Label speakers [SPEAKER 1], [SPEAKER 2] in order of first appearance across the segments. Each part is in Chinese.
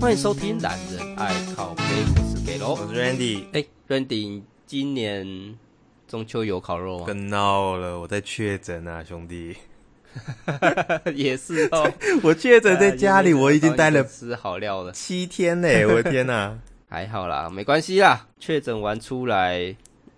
[SPEAKER 1] 欢迎收听《懒人爱靠背》，我是给喽。
[SPEAKER 2] 我是 Randy，
[SPEAKER 1] 哎，Randy，你今年中秋有烤肉吗？
[SPEAKER 2] 跟闹了，我在确诊啊，兄弟，
[SPEAKER 1] 也是哦，
[SPEAKER 2] 我确诊在家
[SPEAKER 1] 呃
[SPEAKER 2] 里，我已经待了
[SPEAKER 1] 吃好料了，
[SPEAKER 2] 七天嘞，我的天啊呐、
[SPEAKER 1] 还好啦，没关系啦。确诊完出来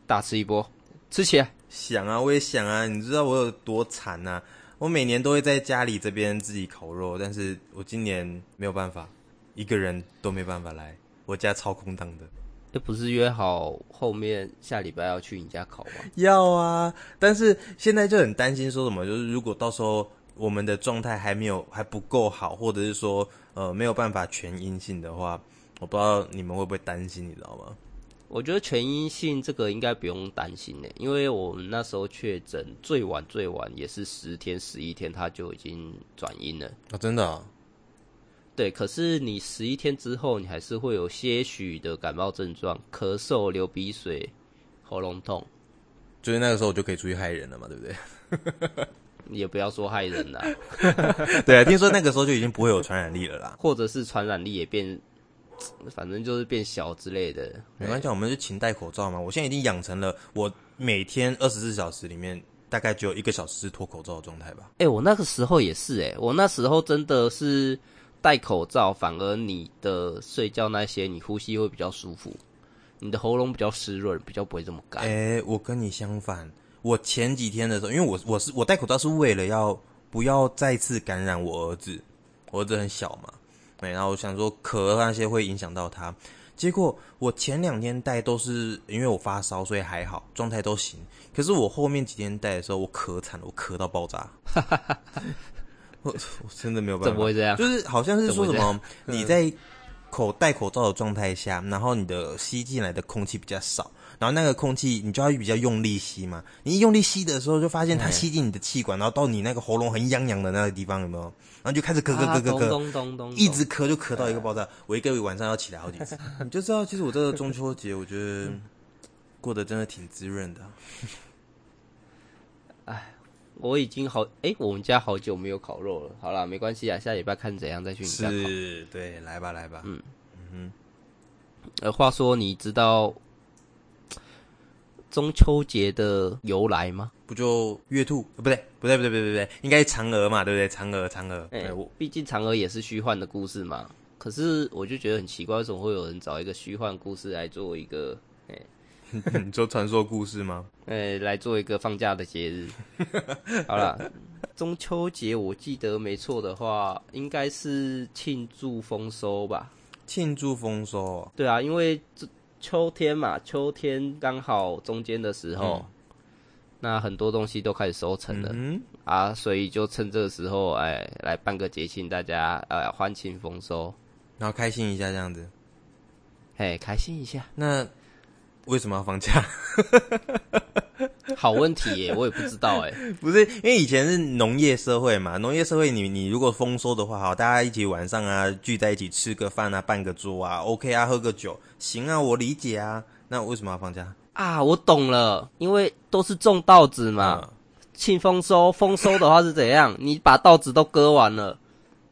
[SPEAKER 1] 大吃一波，吃起来。
[SPEAKER 2] 想啊，我也想啊，你知道我有多惨啊？我每年都会在家里这边自己烤肉，但是我今年没有办法，一个人都没办法来，我家超空荡的。
[SPEAKER 1] 这哎不是约好后面下礼拜要去你家烤吗？
[SPEAKER 2] 要啊，但是现在就很担心，说什么就是如果到时候我们的状态还没有还不够好，或者是说呃没有办法全阴性的话，我不知道你们会不会担心，你知道吗？
[SPEAKER 1] 我觉得全阴性这个应该不用担心呢，因为我们那时候确诊最晚最晚也是十天十一天，他就已经转阴了。
[SPEAKER 2] 啊，真的、
[SPEAKER 1] 对，可是你十一天之后，你还是会有些许的感冒症状，咳嗽、流鼻水、喉咙痛，
[SPEAKER 2] 就是那个时候我就可以出去害人了嘛，对不对？
[SPEAKER 1] 也不要说害人 啦，
[SPEAKER 2] 对啊，听说那个时候就已经不会有传染力了 啦。
[SPEAKER 1] 或者是传染力也变，反正就是变小之类的。
[SPEAKER 2] 没关系，啊我们就勤戴口罩嘛。我现在已经养成了我每天二十四小时里面大概只有一个小时是脱口罩的状态吧。
[SPEAKER 1] 哎、我那个时候也是、哎，我那时候真的是戴口罩，反而你的睡觉那些，你呼吸会比较舒服，你的喉咙比较湿润，比较不会这么干。
[SPEAKER 2] 哎、我跟你相反，我前几天的时候，因为我我是我戴口罩是为了要不要再次感染我儿子，我儿子很小嘛，对，然后我想说咳啊那些会影响到他，结果我前两天戴都是因为我发烧，所以还好，状态都行。可是我后面几天戴的时候，我咳惨了，我咳到爆炸，我我真的没有办法，
[SPEAKER 1] 怎么会这样？
[SPEAKER 2] 就是好像是说什
[SPEAKER 1] 怎么
[SPEAKER 2] 么你在口戴口罩的状态下，然后你的吸进来的空气比较少，然后那个空气你就要比较用力吸嘛。你一用力吸的时候，就发现它吸进你的气管，然后到你那个喉咙很痒痒的那个地方，有没有？然后就开始咳咳
[SPEAKER 1] 啊
[SPEAKER 2] 咳咳
[SPEAKER 1] 咚
[SPEAKER 2] 咳，
[SPEAKER 1] 咚咚咚，
[SPEAKER 2] 一直咳就咳到一个爆炸。我一个晚上要起来好几次，你就知道，其实我这个中秋节，我觉得过得真的挺滋润的。
[SPEAKER 1] 我已经好哎、我们家好久没有烤肉了。好啦，没关系啊，下礼拜看怎样再去你家烤。
[SPEAKER 2] 是，对，来吧，来吧，嗯嗯
[SPEAKER 1] 呃，话说，你知道中秋节的由来吗？
[SPEAKER 2] 不就月兔？呃不对，不对，不对，不对，不对，应该是嫦娥嘛，对不对？嫦娥，嫦娥。
[SPEAKER 1] 哎、
[SPEAKER 2] 对， 我
[SPEAKER 1] 毕竟嫦娥也是虚幻的故事嘛。可是我就觉得很奇怪，为什么会有人找一个虚幻故事来做一个，
[SPEAKER 2] 你说传说故事吗？
[SPEAKER 1] 呃、来做一个放假的节 日？好啦，中秋节我记得没错的话，应该是庆祝丰收吧？
[SPEAKER 2] 庆祝丰收啊，
[SPEAKER 1] 对啊，因为这秋天嘛，秋天刚好中间的时候，那很多东西都开始收成了、
[SPEAKER 2] 嗯
[SPEAKER 1] 啊，所以就趁这个时候，哎，来办个节庆，大家呃欢庆丰收，
[SPEAKER 2] 哼，然后开心一下这样子。
[SPEAKER 1] 嘿，开心一下。
[SPEAKER 2] 那为什么要放假？
[SPEAKER 1] 好问题耶，我也不知道哎。
[SPEAKER 2] 不是因为以前是农业社会嘛，农业社会你你如果丰收的话，好，大家一起晚上啊聚在一起吃个饭啊，办个桌啊，OK 啊，喝个酒，行啊，我理解啊。那为什么要放假？
[SPEAKER 1] 啊，我懂了，因为都是种稻子嘛，
[SPEAKER 2] 嗯
[SPEAKER 1] 庆丰收。丰收的话是怎样？你把稻子都割完了，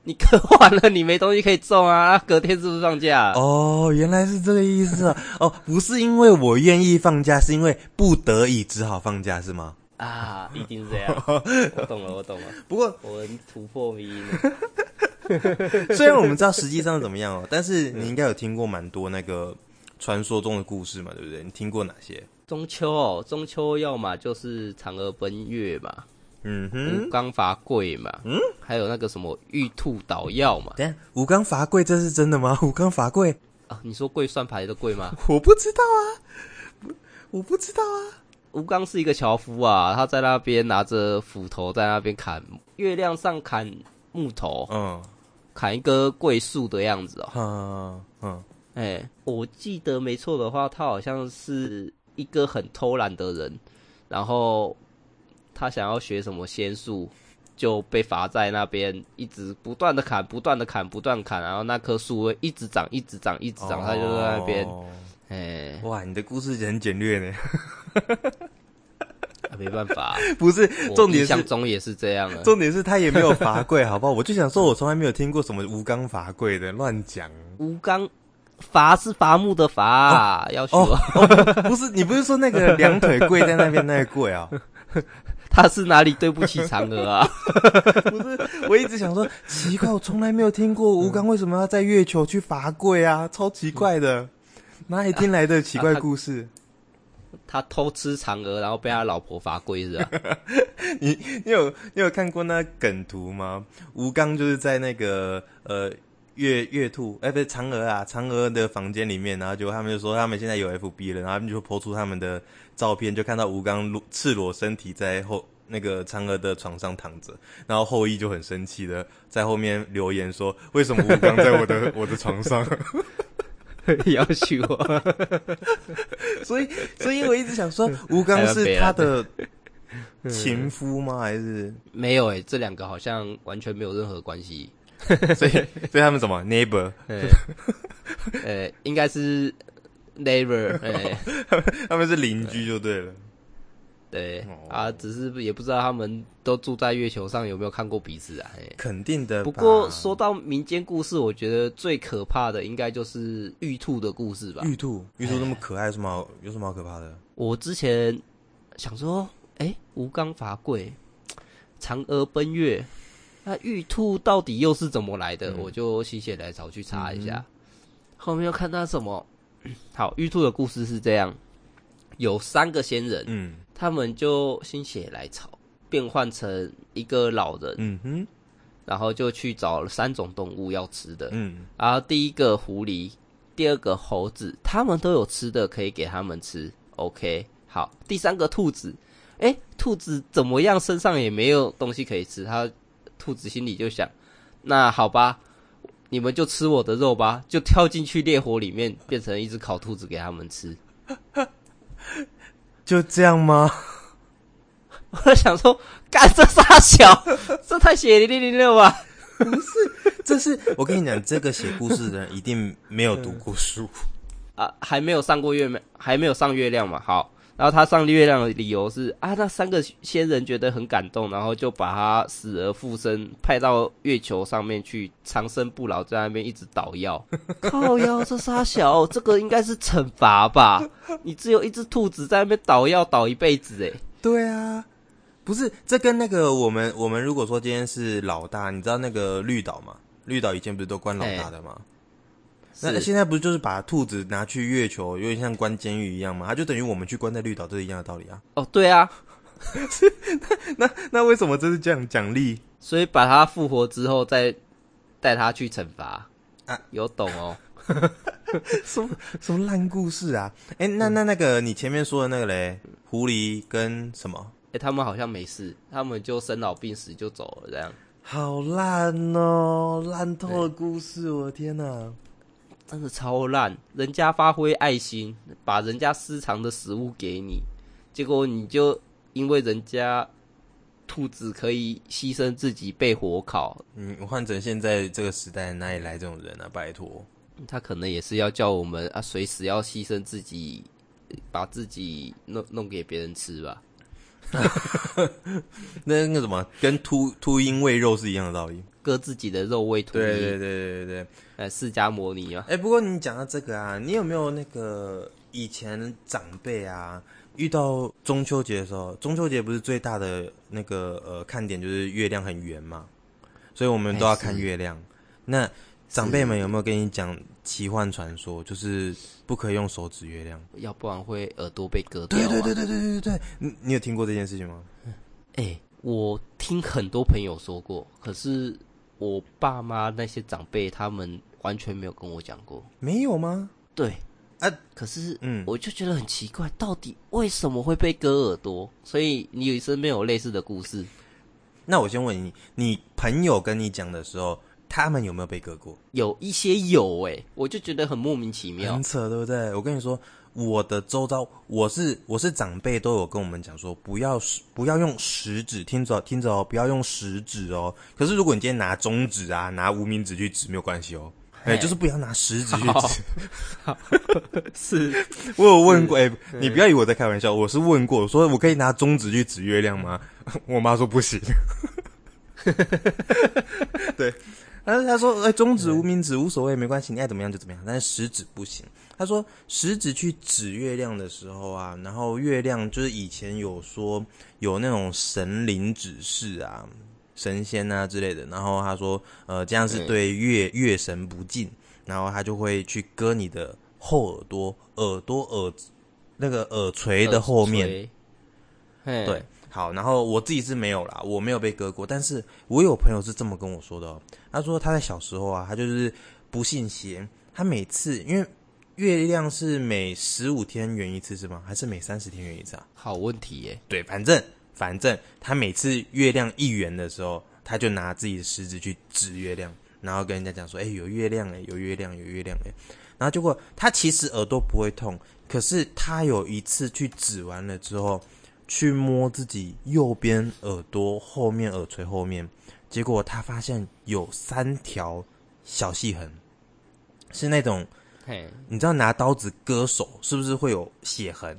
[SPEAKER 1] 你割完了，你没东西可以种啊，隔天是不是放假？
[SPEAKER 2] 哦，原来是这个意思啊！哦，不是因为我愿意放假，是因为不得已只好放假，是吗？
[SPEAKER 1] 啊，一定是这 样。我懂了，我懂了，
[SPEAKER 2] 不过
[SPEAKER 1] 我们突破迷因了。
[SPEAKER 2] 虽然我们知道实际上怎么样哦，但是你应该有听过蛮多那个传说中的故事嘛，对不对？你听过哪些？
[SPEAKER 1] 中秋哦，中秋要么就是嫦娥奔月嘛，
[SPEAKER 2] 嗯
[SPEAKER 1] 吴
[SPEAKER 2] 哼，
[SPEAKER 1] 刚伐桂嘛，嗯，还有那个什么玉兔捣药嘛。
[SPEAKER 2] 等一下武冈伐桂这是真的吗？ 武冈伐桂，
[SPEAKER 1] 啊，你说桂算牌的桂吗？
[SPEAKER 2] 我不知道啊，我不知道啊。
[SPEAKER 1] 吴刚是一个樵夫啊，他在那边拿着斧头在那边砍月亮上砍木头，
[SPEAKER 2] 嗯
[SPEAKER 1] 砍一棵桂树的样子哦。
[SPEAKER 2] 嗯嗯，
[SPEAKER 1] 哎、我记得没错的话，他好像是一个很偷懒的人，然后他想要学什么仙术，就被罚在那边一直不断的砍，不断的砍，不断地砍，然后那棵树会一直长，一直长，一直长，他就在那边，
[SPEAKER 2] 哦
[SPEAKER 1] 哎、
[SPEAKER 2] 哇，你的故事很简略呢。
[SPEAKER 1] 啊没办 法、
[SPEAKER 2] 不是
[SPEAKER 1] 我
[SPEAKER 2] 重
[SPEAKER 1] 印
[SPEAKER 2] 点是
[SPEAKER 1] 象中也是这样啊。
[SPEAKER 2] 重点是他也没有罚跪， 好不好？我就想说，我从来没有听过什么无钢罚跪的，乱讲。
[SPEAKER 1] 吴刚伐是伐木的伐、啊，要学、
[SPEAKER 2] 哦不是，你不是说那个两腿跪在那边那个跪啊？
[SPEAKER 1] 他是哪里对不起嫦娥啊？
[SPEAKER 2] 不是，我一直想说，奇怪，我从来没有听过吴刚为什么要在月球去罚跪啊，超奇怪的，哪里听来的奇怪故事？
[SPEAKER 1] 他偷吃嫦娥，然后被他老婆罚跪是 吧？
[SPEAKER 2] 你你有你有看过那梗图吗？吴刚就是在那个呃月月兔哎、不是嫦娥啊，嫦娥的房间里面，然后就他们就说他们现在有 FB 了，然后他们就抛出他们的照片，就看到吴刚裸赤裸身体在后那个嫦娥的床上躺着，然后后羿就很生气的在后面留言说：为什么吴刚在我 的我的床上？
[SPEAKER 1] 要学啊我，
[SPEAKER 2] 所以所以我一直想说， 吴刚是他的 情夫吗？还是
[SPEAKER 1] 没有诶、这两个好像完全没有任何关系。
[SPEAKER 2] 所以所以他们什么 neighbor？
[SPEAKER 1] 呃、呃应该是 never，哎、
[SPEAKER 2] 他们是邻居就对了。
[SPEAKER 1] 对
[SPEAKER 2] 哦
[SPEAKER 1] 啊，只是也不知道他们都住在月球上有没有看过彼此啊。哎
[SPEAKER 2] 肯定的吧。
[SPEAKER 1] 不过说到民间故事，我觉得最可怕的应该就是玉兔的故事吧。
[SPEAKER 2] 玉兔，玉兔那么可爱，有什么好有什么好可怕的？
[SPEAKER 1] 我之前想说，哎、吴刚伐桂，嫦娥奔月，那玉兔到底又是怎么来的？我就心血来潮去查一下，后面又看到什么？ 好，玉兔的故事是这样：有三个仙人，
[SPEAKER 2] 嗯
[SPEAKER 1] 他们就心血来潮变换成一个老人，
[SPEAKER 2] 嗯哼
[SPEAKER 1] 然后就去找三种动物要吃的。
[SPEAKER 2] 嗯
[SPEAKER 1] 然后第一个狐狸，第二个猴子，他们都有吃的可以给他们吃。OK，好，第三个兔子，哎，兔子怎么样？身上也没有东西可以吃，它兔子心里就想，那好吧，你们就吃我的肉吧，就跳进去烈火里面，变成一只烤兔子给他们吃。
[SPEAKER 2] 就这样吗？
[SPEAKER 1] 我在想说，干这傻小，这太血淋淋了吧？
[SPEAKER 2] 这是 我跟你讲，这个写故事的人一定没有读过书。
[SPEAKER 1] 啊，还没有上过月，还没有上月亮嘛。好，然后他上月亮的理由是啊，那三个仙人觉得很感动，然后就把他死而复生派到月球上面去长生不老，在那边一直捣药。靠腰，这傻小，这个应该是惩罚吧？你只有一只兔子在那边捣药捣一辈子、欸，
[SPEAKER 2] 对啊，不是这跟那个我们我们如果说今天是老大，你知道那个绿岛吗？绿岛以前不是都关老大的吗？那
[SPEAKER 1] 是
[SPEAKER 2] 现在哎不是就是把兔子拿去月球，有点像关监狱一样吗？它就等于我们去关在绿岛，这是一样的道理啊。
[SPEAKER 1] 哦，对啊，
[SPEAKER 2] 那那为什么这是这样奖励？
[SPEAKER 1] 所以把他复活之后再带他去惩罚
[SPEAKER 2] 啊，
[SPEAKER 1] 有懂哦？
[SPEAKER 2] 什么什么烂故事啊？哎、那那那个你前面说的那个嘞，狐狸跟什么？
[SPEAKER 1] 哎、他们好像没事，他们就生老病死就走了这样。
[SPEAKER 2] 好烂哦，烂透了故事，我的天哪、
[SPEAKER 1] 真的超烂，人家发挥爱心，把人家私藏的食物给你，结果你就因为人家兔子可以牺牲自己被火烤，
[SPEAKER 2] 嗯，换成现在这个时代，哪里来这种人啊？拜托，
[SPEAKER 1] 他可能也是要叫我们啊，随时要牺牲自己，把自己弄弄给别人吃吧。
[SPEAKER 2] 那那个什么，跟秃秃鹰喂肉是一样的道理。
[SPEAKER 1] 割自己的肉喂兔，
[SPEAKER 2] 对对对对对对。
[SPEAKER 1] 呃，释迦摩尼啊，
[SPEAKER 2] 哎、不过你讲到这个啊，你有没有那个以前长辈啊，遇到中秋节的时候，中秋节不是最大的那个呃看点就是月亮很圆嘛，所以我们都要
[SPEAKER 1] 哎是
[SPEAKER 2] 看月亮。那长辈们有没有跟你讲奇幻传说，就是不可以用手指月亮？
[SPEAKER 1] 要不然会耳朵被割掉、
[SPEAKER 2] 对
[SPEAKER 1] 啊。
[SPEAKER 2] 对对对对对对，你你有听过这件事情吗？
[SPEAKER 1] 哎、我听很多朋友说过，可是我爸妈那些长辈他们完全没有跟我讲过。
[SPEAKER 2] 没有吗？
[SPEAKER 1] 对
[SPEAKER 2] 啊，
[SPEAKER 1] 可是
[SPEAKER 2] 嗯
[SPEAKER 1] 我就觉得很奇怪，到底为什么会被割耳朵？所以你身边有类似的故事？
[SPEAKER 2] 那我先问你，你朋友跟你讲的时候，他们有没有被割过？
[SPEAKER 1] 有一些有诶、我就觉得很莫名其妙
[SPEAKER 2] 很。扯，对不对？我跟你说，我的周遭，我是我是长辈都有跟我们讲说，不要食不要用食指，听着哦听着哦，不要用食指哦。可是如果你今天拿中指啊，拿无名指去指，没有关系哦。哎、
[SPEAKER 1] 嘿
[SPEAKER 2] 就是不要拿食指去
[SPEAKER 1] 好
[SPEAKER 2] 指。
[SPEAKER 1] 是
[SPEAKER 2] 我有问过，哎、你不要以为我在开玩笑，我是问过，我说我可以拿中指去指月亮吗？我妈说不 行。对，但是她说，哎、中指无名指无所谓，没关系，你爱怎么样就怎么样，但是食指不行。她说食指去指月亮的时候啊，然后月亮就是以前有说有那种神灵指示啊。神仙啊之类的，然后她说，呃，这样是对月、月神不敬，然后他就会去割你的后耳朵、耳朵耳那个耳垂的后面。
[SPEAKER 1] 垂，嘿，
[SPEAKER 2] 对，，好，然后我自己是没有啦，我没有被割过，但是我有朋友是这么跟我说的、哦，他说他在小时候啊，他就是不信邪，他每次因为月亮是每十五天圆一次是吗？还是每三十天圆一次啊？
[SPEAKER 1] 好问题耶，
[SPEAKER 2] 对，反正反正他每次月亮一圆的时候，他就拿自己的食指去指月亮，然后跟人家讲说：“哎、有月亮哎、有月亮，有月亮哎、然后结果他其实耳朵不会痛，可是他有一次去指完了之后，去摸自己右边耳朵后面耳垂后面，结果他发现有三条小细痕，是那种
[SPEAKER 1] 嘿，
[SPEAKER 2] 你知道拿刀子割手是不是会有血痕？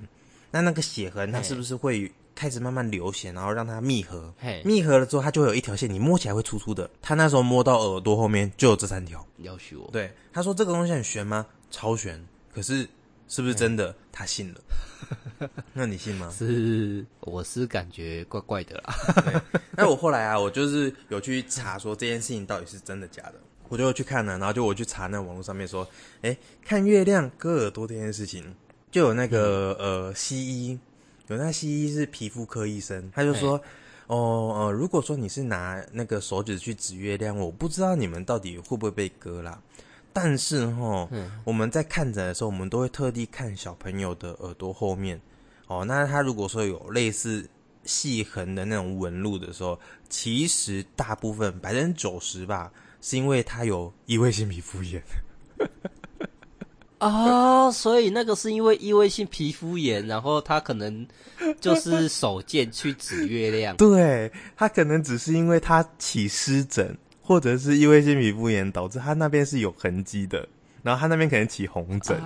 [SPEAKER 2] 那那个血痕它是不是会开始慢慢流血，然后让它密合？
[SPEAKER 1] 嘿，
[SPEAKER 2] 密合了之后，它就会有一条线，你摸起来会粗粗的。他那时候摸到耳朵后面就有这三条。
[SPEAKER 1] 要许我，
[SPEAKER 2] 对，他说这个东西很玄吗？超玄。可是是不是真的？他信了。那你信吗？
[SPEAKER 1] 是我是感觉怪怪的啦，
[SPEAKER 2] 那我后来啊，我就是有去查说这件事情到底是真的假的，我就去看了，然后就我去查那网络上面说，哎、看月亮割耳朵这件事情，就有那个、呃西医，有那西医是皮肤科医生，他就说。哦，呃，如果说你是拿那个手指去指月亮，我不知道你们到底会不会被割啦。但是哈，我们在看诊的时候，我们都会特地看小朋友的耳朵后面。哦，那他如果说有类似细痕的那种纹路的时候，其实大部分百分之九十吧，是因为他有异位性皮肤炎。，
[SPEAKER 1] 啊，所以那个是因为异位性皮肤炎，然后他可能就是手贱去指月亮
[SPEAKER 2] 对他可能只是因为他起湿疹或者是异位性皮肤炎，导致他那边是有痕迹的，然后他那边可能起红疹。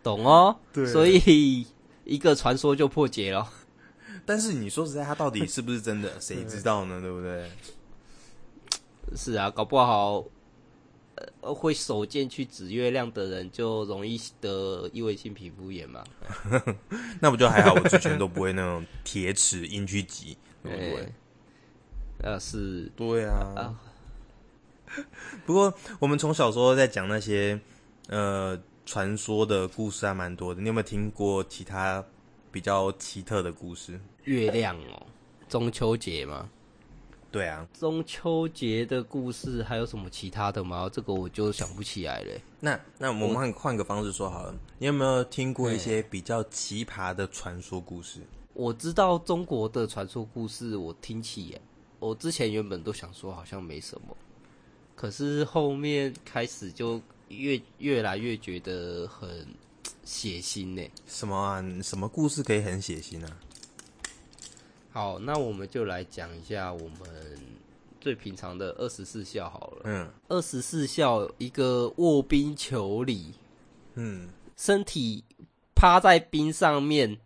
[SPEAKER 1] 懂哦？
[SPEAKER 2] 对
[SPEAKER 1] 所以一个传说就破解了。
[SPEAKER 2] 但是你说实在，他到底是不是真的，谁知道呢？对不对？
[SPEAKER 1] 是啊，搞不好，呃，会手贱去指月亮的人就容易得异位性皮肤炎嘛。
[SPEAKER 2] 那不就还好，我之前都不会那种铁齿阴虚疾，对不对
[SPEAKER 1] 哎？呃，是
[SPEAKER 2] 对啊
[SPEAKER 1] 啊。
[SPEAKER 2] 不过我们从小时候在讲那些呃传说的故事还蛮多的，你有没有听过其他比较奇特的故事？
[SPEAKER 1] 月亮哦，中秋节嘛。
[SPEAKER 2] 对啊，
[SPEAKER 1] 中秋节的故事还有什么其他的吗？这个我就想不起来了。
[SPEAKER 2] 那那我嗯们换换个方式说好了，你有没有听过一些比较奇葩的传说故事？
[SPEAKER 1] 我知道中国的传说故事，我听起耶，我之前原本都想说好像没什么，可是后面开始就越越来越觉得很血腥呢。
[SPEAKER 2] 什么啊？什么故事可以很血腥啊？
[SPEAKER 1] 好，那我们就来讲一下我们最平常的二十四孝好了。
[SPEAKER 2] 嗯
[SPEAKER 1] 二十四孝，一个卧冰求鲤，
[SPEAKER 2] 嗯，
[SPEAKER 1] 身体趴在冰上面，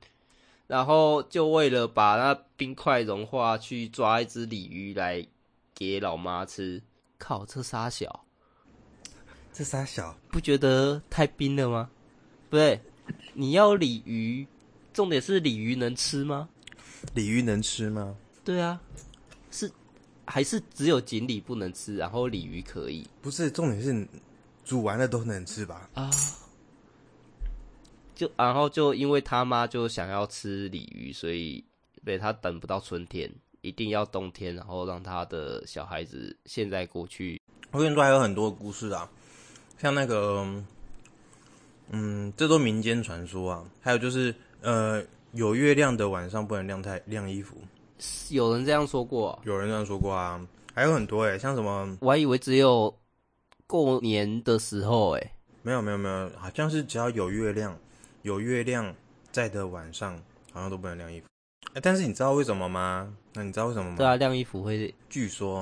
[SPEAKER 1] 然后就为了把那冰块融化，去抓一只鲤鱼来给老妈吃。靠，这傻小，
[SPEAKER 2] 这仨小
[SPEAKER 1] 不觉得太冰了吗？不对，你要鲤鱼，重点是鲤鱼能吃吗？
[SPEAKER 2] 鲤鱼能吃吗？
[SPEAKER 1] 对啊，是还是只有锦鲤不能吃，然后鲤鱼可以
[SPEAKER 2] 不是，重点是煮完了都能吃吧？
[SPEAKER 1] 啊？就然后就因为他妈就想要吃鲤鱼，所以对他等不到春天，一定要冬天，然后让他的小孩子现在过去。
[SPEAKER 2] 我跟你说，还有很多故事啊，像那个，嗯，这都民间传说啊。还有就是，呃，有月亮的晚上不能晾太晾衣服，
[SPEAKER 1] 有人这样说过，
[SPEAKER 2] 有人这样说过啊。还有很多诶、像什么
[SPEAKER 1] 我还以为只有过年的时候、欸，哎，
[SPEAKER 2] 没有没有没有，好像是只要有月亮，有月亮在的晚上，好像都不能晾衣服。哎但是你知道为什么吗？那你知道为什么吗？
[SPEAKER 1] 对啊，晾衣服会
[SPEAKER 2] 据说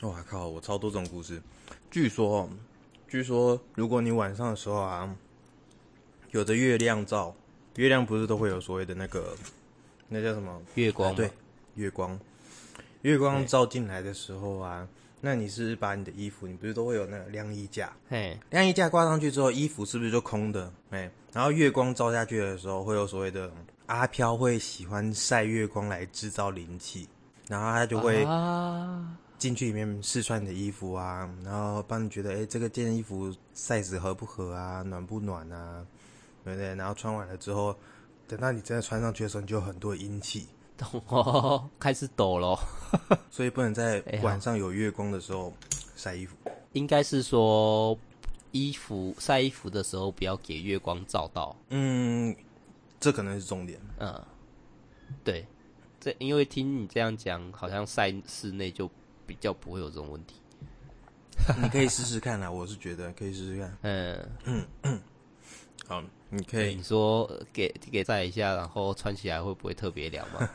[SPEAKER 2] 哦，哇靠，我超多这种故事。据说哦据说如果你晚上的时候啊，有着月亮照，月亮不是都会有所谓的那个那叫什么
[SPEAKER 1] 月光、
[SPEAKER 2] 哎对，，月光，月光照进来的时候啊，那你是把你的衣服，你不是都会有那个晾衣架？
[SPEAKER 1] 嘿，
[SPEAKER 2] 晾衣架挂上去之后，衣服是不是就空的？哎、然后月光照下去的时候，会有所谓的阿飘会喜欢晒月光来制造灵气，然后他就会
[SPEAKER 1] 啊，
[SPEAKER 2] 进去里面试穿你的衣服啊，然后帮你觉得，哎、这个件衣服 size 合不合啊，暖不暖啊，对不对？然后穿完了之后，等到你真的穿上去的时候，你就有很多阴气，
[SPEAKER 1] 懂哦，开始抖了。
[SPEAKER 2] 所以不能在
[SPEAKER 1] 哎好
[SPEAKER 2] 晚上有月光的时候 晒衣服。
[SPEAKER 1] 应该是说衣服晒衣服的时候不要给月光照到，
[SPEAKER 2] 嗯，这可能是重点。
[SPEAKER 1] 嗯，对，这因为听你这样讲，好像晒室内就比较不会有这种问题。
[SPEAKER 2] 你可以试试看啊啦，我是觉得可以试试看。
[SPEAKER 1] 嗯，
[SPEAKER 2] 好，你可以
[SPEAKER 1] 你说呃给给晒一下，然后穿起来会不会特别凉 吗？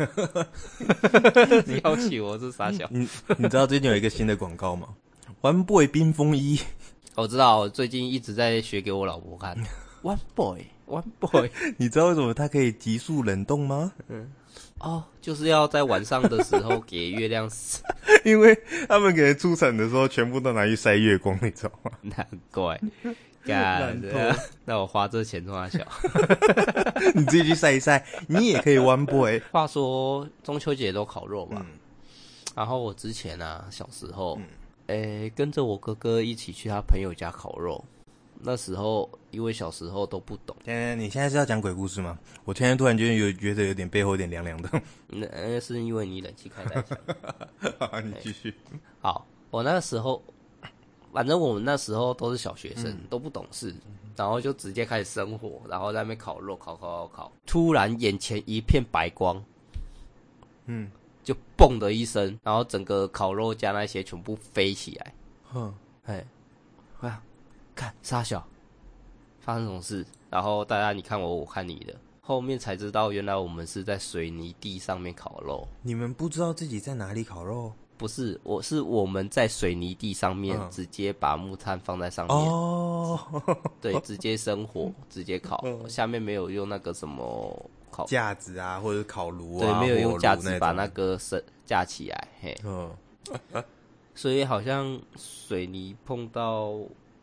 [SPEAKER 1] 你要起我是傻小，
[SPEAKER 2] 你你知道最近有一个新的广告吗？One Boy 冰风衣，
[SPEAKER 1] 我知道，我最近一直在学给我老婆看。One boy, one boy，
[SPEAKER 2] 你知道为什么它可以急速冷冻吗？
[SPEAKER 1] 哦，就是要在晚上的时候给月亮
[SPEAKER 2] 因为他们给出产的时候，全部都拿去晒月光，你知道吗？
[SPEAKER 1] 难 怪，干
[SPEAKER 2] 烂透
[SPEAKER 1] 的，那我花这钱弄他小。
[SPEAKER 2] 你自己去晒一晒，你也可以 One Boy。
[SPEAKER 1] 话说中秋节都烤肉嘛，然后我之前啊，小时候，诶、跟着我哥哥一起去他朋友家烤肉，那时候因为小时候都不懂，
[SPEAKER 2] 现在你现在是要讲鬼故事吗？我现在突然间有觉得有点背后有点凉 凉的。
[SPEAKER 1] 那、呃是因为你冷气开太强。
[SPEAKER 2] 你继续。
[SPEAKER 1] 好，我那时候，反正我们那时候都是小学生，都不懂事，然后就直接开始生火，然后在那边烤肉，烤烤烤烤，突然眼前一片白光，
[SPEAKER 2] 嗯，
[SPEAKER 1] 就嘣的一声，然后整个烤肉架那些全部飞起来，
[SPEAKER 2] 哼，
[SPEAKER 1] 哎，我想看傻小，发生什么事？然后大家你看我，我看你的，后面才知道原来我们是在水泥地上面烤肉，
[SPEAKER 2] 你们不知道自己在哪里烤肉
[SPEAKER 1] 不是，我是我们在水泥地上面、
[SPEAKER 2] 嗯
[SPEAKER 1] 直接把木炭放在上面，
[SPEAKER 2] 哦？
[SPEAKER 1] 对，直接生火，直接烤，
[SPEAKER 2] 嗯
[SPEAKER 1] 下面没有用那个什么烤，
[SPEAKER 2] 架子啊，或者烤炉
[SPEAKER 1] 对，
[SPEAKER 2] 啊，
[SPEAKER 1] 没有
[SPEAKER 2] 火
[SPEAKER 1] 用
[SPEAKER 2] 炉
[SPEAKER 1] 架子把那
[SPEAKER 2] 那种
[SPEAKER 1] 个升架起来，嘿，
[SPEAKER 2] 嗯，
[SPEAKER 1] 所以好像水泥碰到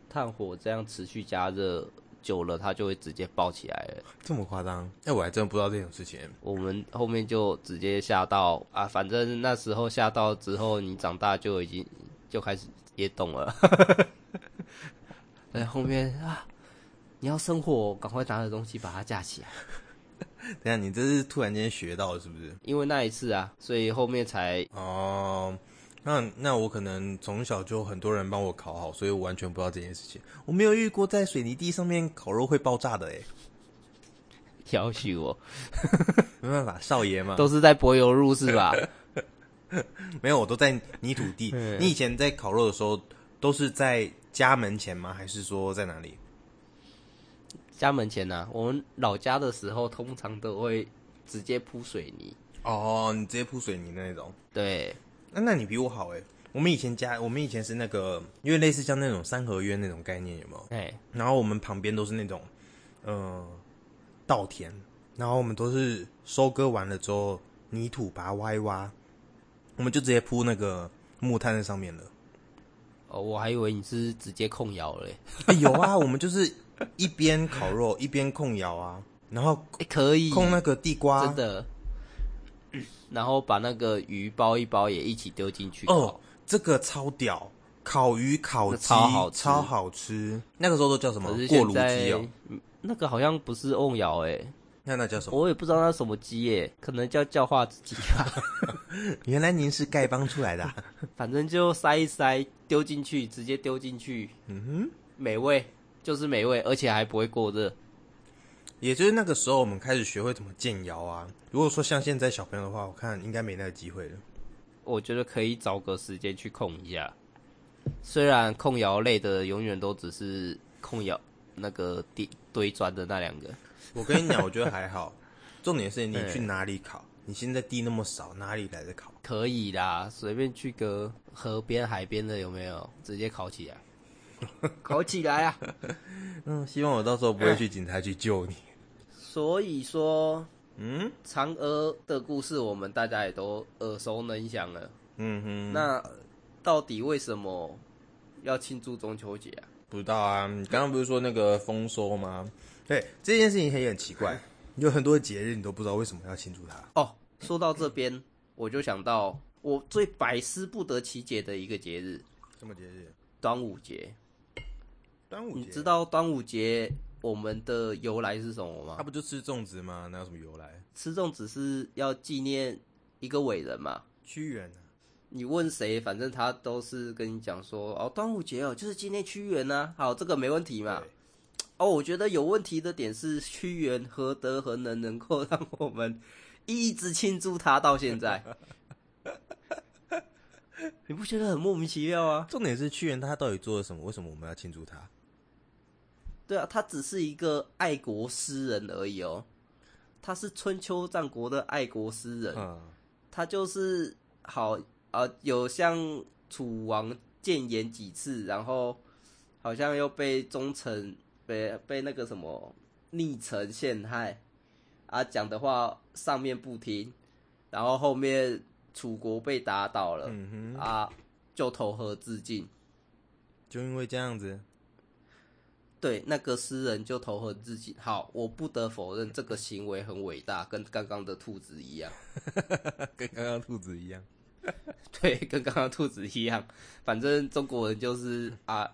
[SPEAKER 1] 炭火这样持续加热久了，它就会直接爆起来了。
[SPEAKER 2] 这么夸张？哎、我还真的不知道这种事情。
[SPEAKER 1] 我们后面就直接吓到啊，反正那时候吓到之后，你长大就已经就开始也懂了。对，后面啊，你要生火，赶快拿着东西把它架起来，
[SPEAKER 2] 等一下你这是突然间学到的是不是？
[SPEAKER 1] 因为那一次啊，所以后面才
[SPEAKER 2] 哦，那那我可能从小就很多人帮我烤好，所以我完全不知道这件事情。我没有遇过在水泥地上面烤肉会爆炸的哎，
[SPEAKER 1] 要许 我，
[SPEAKER 2] 没办法，少爷嘛，
[SPEAKER 1] 都是在柏油路是吧？
[SPEAKER 2] 没有，我都在泥土地。你以前在烤肉的时候都是在家门前吗？还是说在哪里？
[SPEAKER 1] 家门前呐、啊，我们老家的时候通常都会直接铺水泥，
[SPEAKER 2] 哦，你直接铺水泥的那种。
[SPEAKER 1] 对，
[SPEAKER 2] 那、那你比我好哎、我们以前家，我们以前是那个，因为类似像那种三合院那种概念，有没有？
[SPEAKER 1] 哎、
[SPEAKER 2] 然后我们旁边都是那种，呃，稻田，然后我们都是收割完了之后，泥土把它挖一挖，我们就直接铺那个木炭在上面了。
[SPEAKER 1] 哦，我还以为你是直接控窑嘞，
[SPEAKER 2] 哎有 啊，我们就是一边烤肉 一边控窑啊，然后
[SPEAKER 1] 哎、可以，
[SPEAKER 2] 控那个地瓜，
[SPEAKER 1] 真的。嗯然后把那个鱼包一包也一起丢进去
[SPEAKER 2] 哦
[SPEAKER 1] 烤，，
[SPEAKER 2] 这个超屌，烤鱼烤
[SPEAKER 1] 那
[SPEAKER 2] 鸡
[SPEAKER 1] 超好吃
[SPEAKER 2] 超好吃，那个时候都叫什么
[SPEAKER 1] 可是
[SPEAKER 2] 过
[SPEAKER 1] 现
[SPEAKER 2] 炉
[SPEAKER 1] 在
[SPEAKER 2] 鸡哦，
[SPEAKER 1] 嗯那个好像不是瓮窑诶，
[SPEAKER 2] 那那叫什么？
[SPEAKER 1] 我也不知道那什么鸡诶，可能叫叫化鸡啊吧，
[SPEAKER 2] 原来您是丐帮出来的啊、
[SPEAKER 1] 反正就塞一塞丢进去，直接丢进去，嗯哼，美味就是美味，而且还不会过热。
[SPEAKER 2] 也就是那个时候，我们开始学会怎么建窑啊。如果说像现在小朋友的话，我看应该没那个机会了。
[SPEAKER 1] 我觉得可以找个时间去控一下，虽然控窑类的永远都只是控窑那个地堆砖的那两个，
[SPEAKER 2] 我跟你讲，我觉得还 好。重点是你去哪里烤？你现在地那么少，哪里来的烤？
[SPEAKER 1] 可以啦，随便去个河边、海边的有没有？直接烤起来。搞起来啊！
[SPEAKER 2] 嗯，希望我到时候不会去警察局救你。
[SPEAKER 1] 所以说，
[SPEAKER 2] 嗯
[SPEAKER 1] 嫦娥的故事我们大家也都耳熟能详了。
[SPEAKER 2] 嗯哼，
[SPEAKER 1] 那到底为什么要庆祝中秋节啊？
[SPEAKER 2] 不知道啊，你刚刚不是说那个丰收吗？对，这件事情也很奇怪，有很多节日你都不知道为什么要庆祝它。
[SPEAKER 1] 哦，说到这边，我就想到我最百思不得其解的一个节日
[SPEAKER 2] 什么节日？
[SPEAKER 1] ——端午节。
[SPEAKER 2] 端午节？
[SPEAKER 1] 你
[SPEAKER 2] 啊
[SPEAKER 1] 知？道端午节我们的由来是什么
[SPEAKER 2] 他
[SPEAKER 1] 吗？
[SPEAKER 2] 啊不就吃粽子吗？哪有什么由来？
[SPEAKER 1] 吃粽子是要纪念一个伟人嘛？
[SPEAKER 2] 屈原啊，
[SPEAKER 1] 你问谁，反正他都是跟你讲说，哦，端午节哦，就是纪念屈原呐、好，这个没问题嘛
[SPEAKER 2] 对。
[SPEAKER 1] 哦，我觉得有问题的点是屈原何德何能能够让我们一直庆祝他到现在？ 你不觉得很莫名其妙啊？
[SPEAKER 2] 重点是屈原他到底做了什么？为什么我们要庆祝他？
[SPEAKER 1] 对啊，他只是一个爱国诗人而已哦，他是春秋战国的爱国诗人，
[SPEAKER 2] 嗯，
[SPEAKER 1] 他就是好啊，有向楚王谏言几次，然后好像又被忠臣被被那个什么逆臣陷害啊，讲的话上面不听，然后后面楚国被打倒了、
[SPEAKER 2] 嗯哼，
[SPEAKER 1] 啊，就投河自尽。
[SPEAKER 2] 就因为这样子，
[SPEAKER 1] 对，那个诗人就投河自尽。好，我不得否认这个行为很伟大，跟刚刚的兔子一样。
[SPEAKER 2] 跟刚刚兔子一样。
[SPEAKER 1] 对，跟刚刚兔子一样，反正中国人就是啊，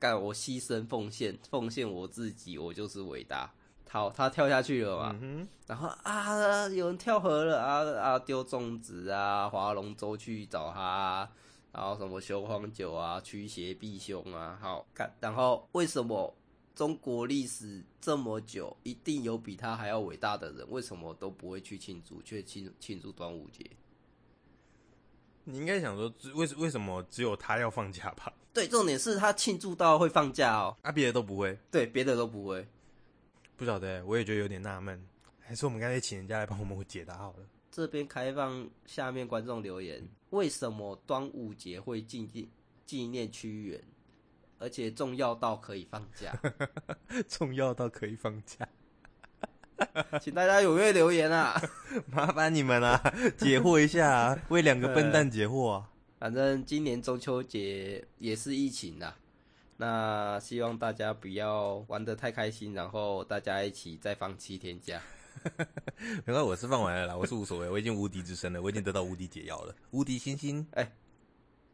[SPEAKER 1] 干我牺牲奉献，奉献我自己，我就是伟大。好，他跳下去了嘛，
[SPEAKER 2] 嗯
[SPEAKER 1] 然后啊，有人跳河了啊啊，丢粽子啊，划龙舟去找他、啊，然后什么雄黄酒啊，驱邪避凶啊，好看。然后为什么中国历史这么久，一定有比他还要伟大的人，为什么都不会去庆祝，却庆庆祝端午节？
[SPEAKER 2] 哼，你应该想说，只为什为什么只有他要放假吧？
[SPEAKER 1] 对，重点是他庆祝到会放假哦，
[SPEAKER 2] 啊，别的都不会，
[SPEAKER 1] 对，别的都不会。
[SPEAKER 2] 不晓得欸，我也觉得有点纳闷。还是我们干脆请人家来帮我们解答好了。
[SPEAKER 1] 这边开放下面观众留言，为什么端午节会纪念纪念屈原，而且重要到可以放 假？
[SPEAKER 2] 重要到可以放假，
[SPEAKER 1] 请大家踊跃留言啊！
[SPEAKER 2] 麻烦你们啦、 解惑一下、 啊，为两个笨蛋解惑啊！
[SPEAKER 1] 反正今年中秋节也是疫情啦，那希望大家不要玩得太开心，然后大家一起再放七天假。
[SPEAKER 2] 没关系，我是放完了啦，我是无所谓，我已经无敌之身了，我已经得到无敌解药了，无敌星星。
[SPEAKER 1] 哎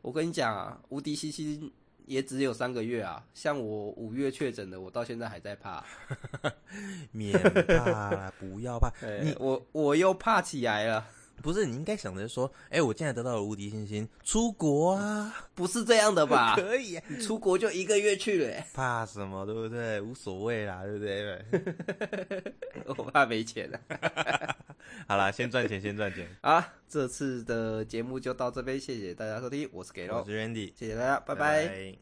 [SPEAKER 1] 我跟你讲啊，无敌西西也只有三个月啊，像我五月确诊的，我到现在还在怕、。
[SPEAKER 2] 免怕啦，不要 怕
[SPEAKER 1] 你
[SPEAKER 2] 你
[SPEAKER 1] 我我又怕起来了，
[SPEAKER 2] 不是你应该想着说，哎、我现在得到了无敌星星，出国啊，
[SPEAKER 1] 不是这样的 吧？
[SPEAKER 2] 可以、啊，
[SPEAKER 1] 你出国就一个月去了、 欸
[SPEAKER 2] 怕什么，对不对？无所谓啦，对不对？
[SPEAKER 1] 我怕没钱啊了
[SPEAKER 2] 好啦，先赚钱，先赚钱。
[SPEAKER 1] 啊！这次的节目就到这边，谢谢大家收听，我是给
[SPEAKER 2] 我
[SPEAKER 1] 肉，
[SPEAKER 2] 是 Randy，
[SPEAKER 1] 谢谢大家，拜拜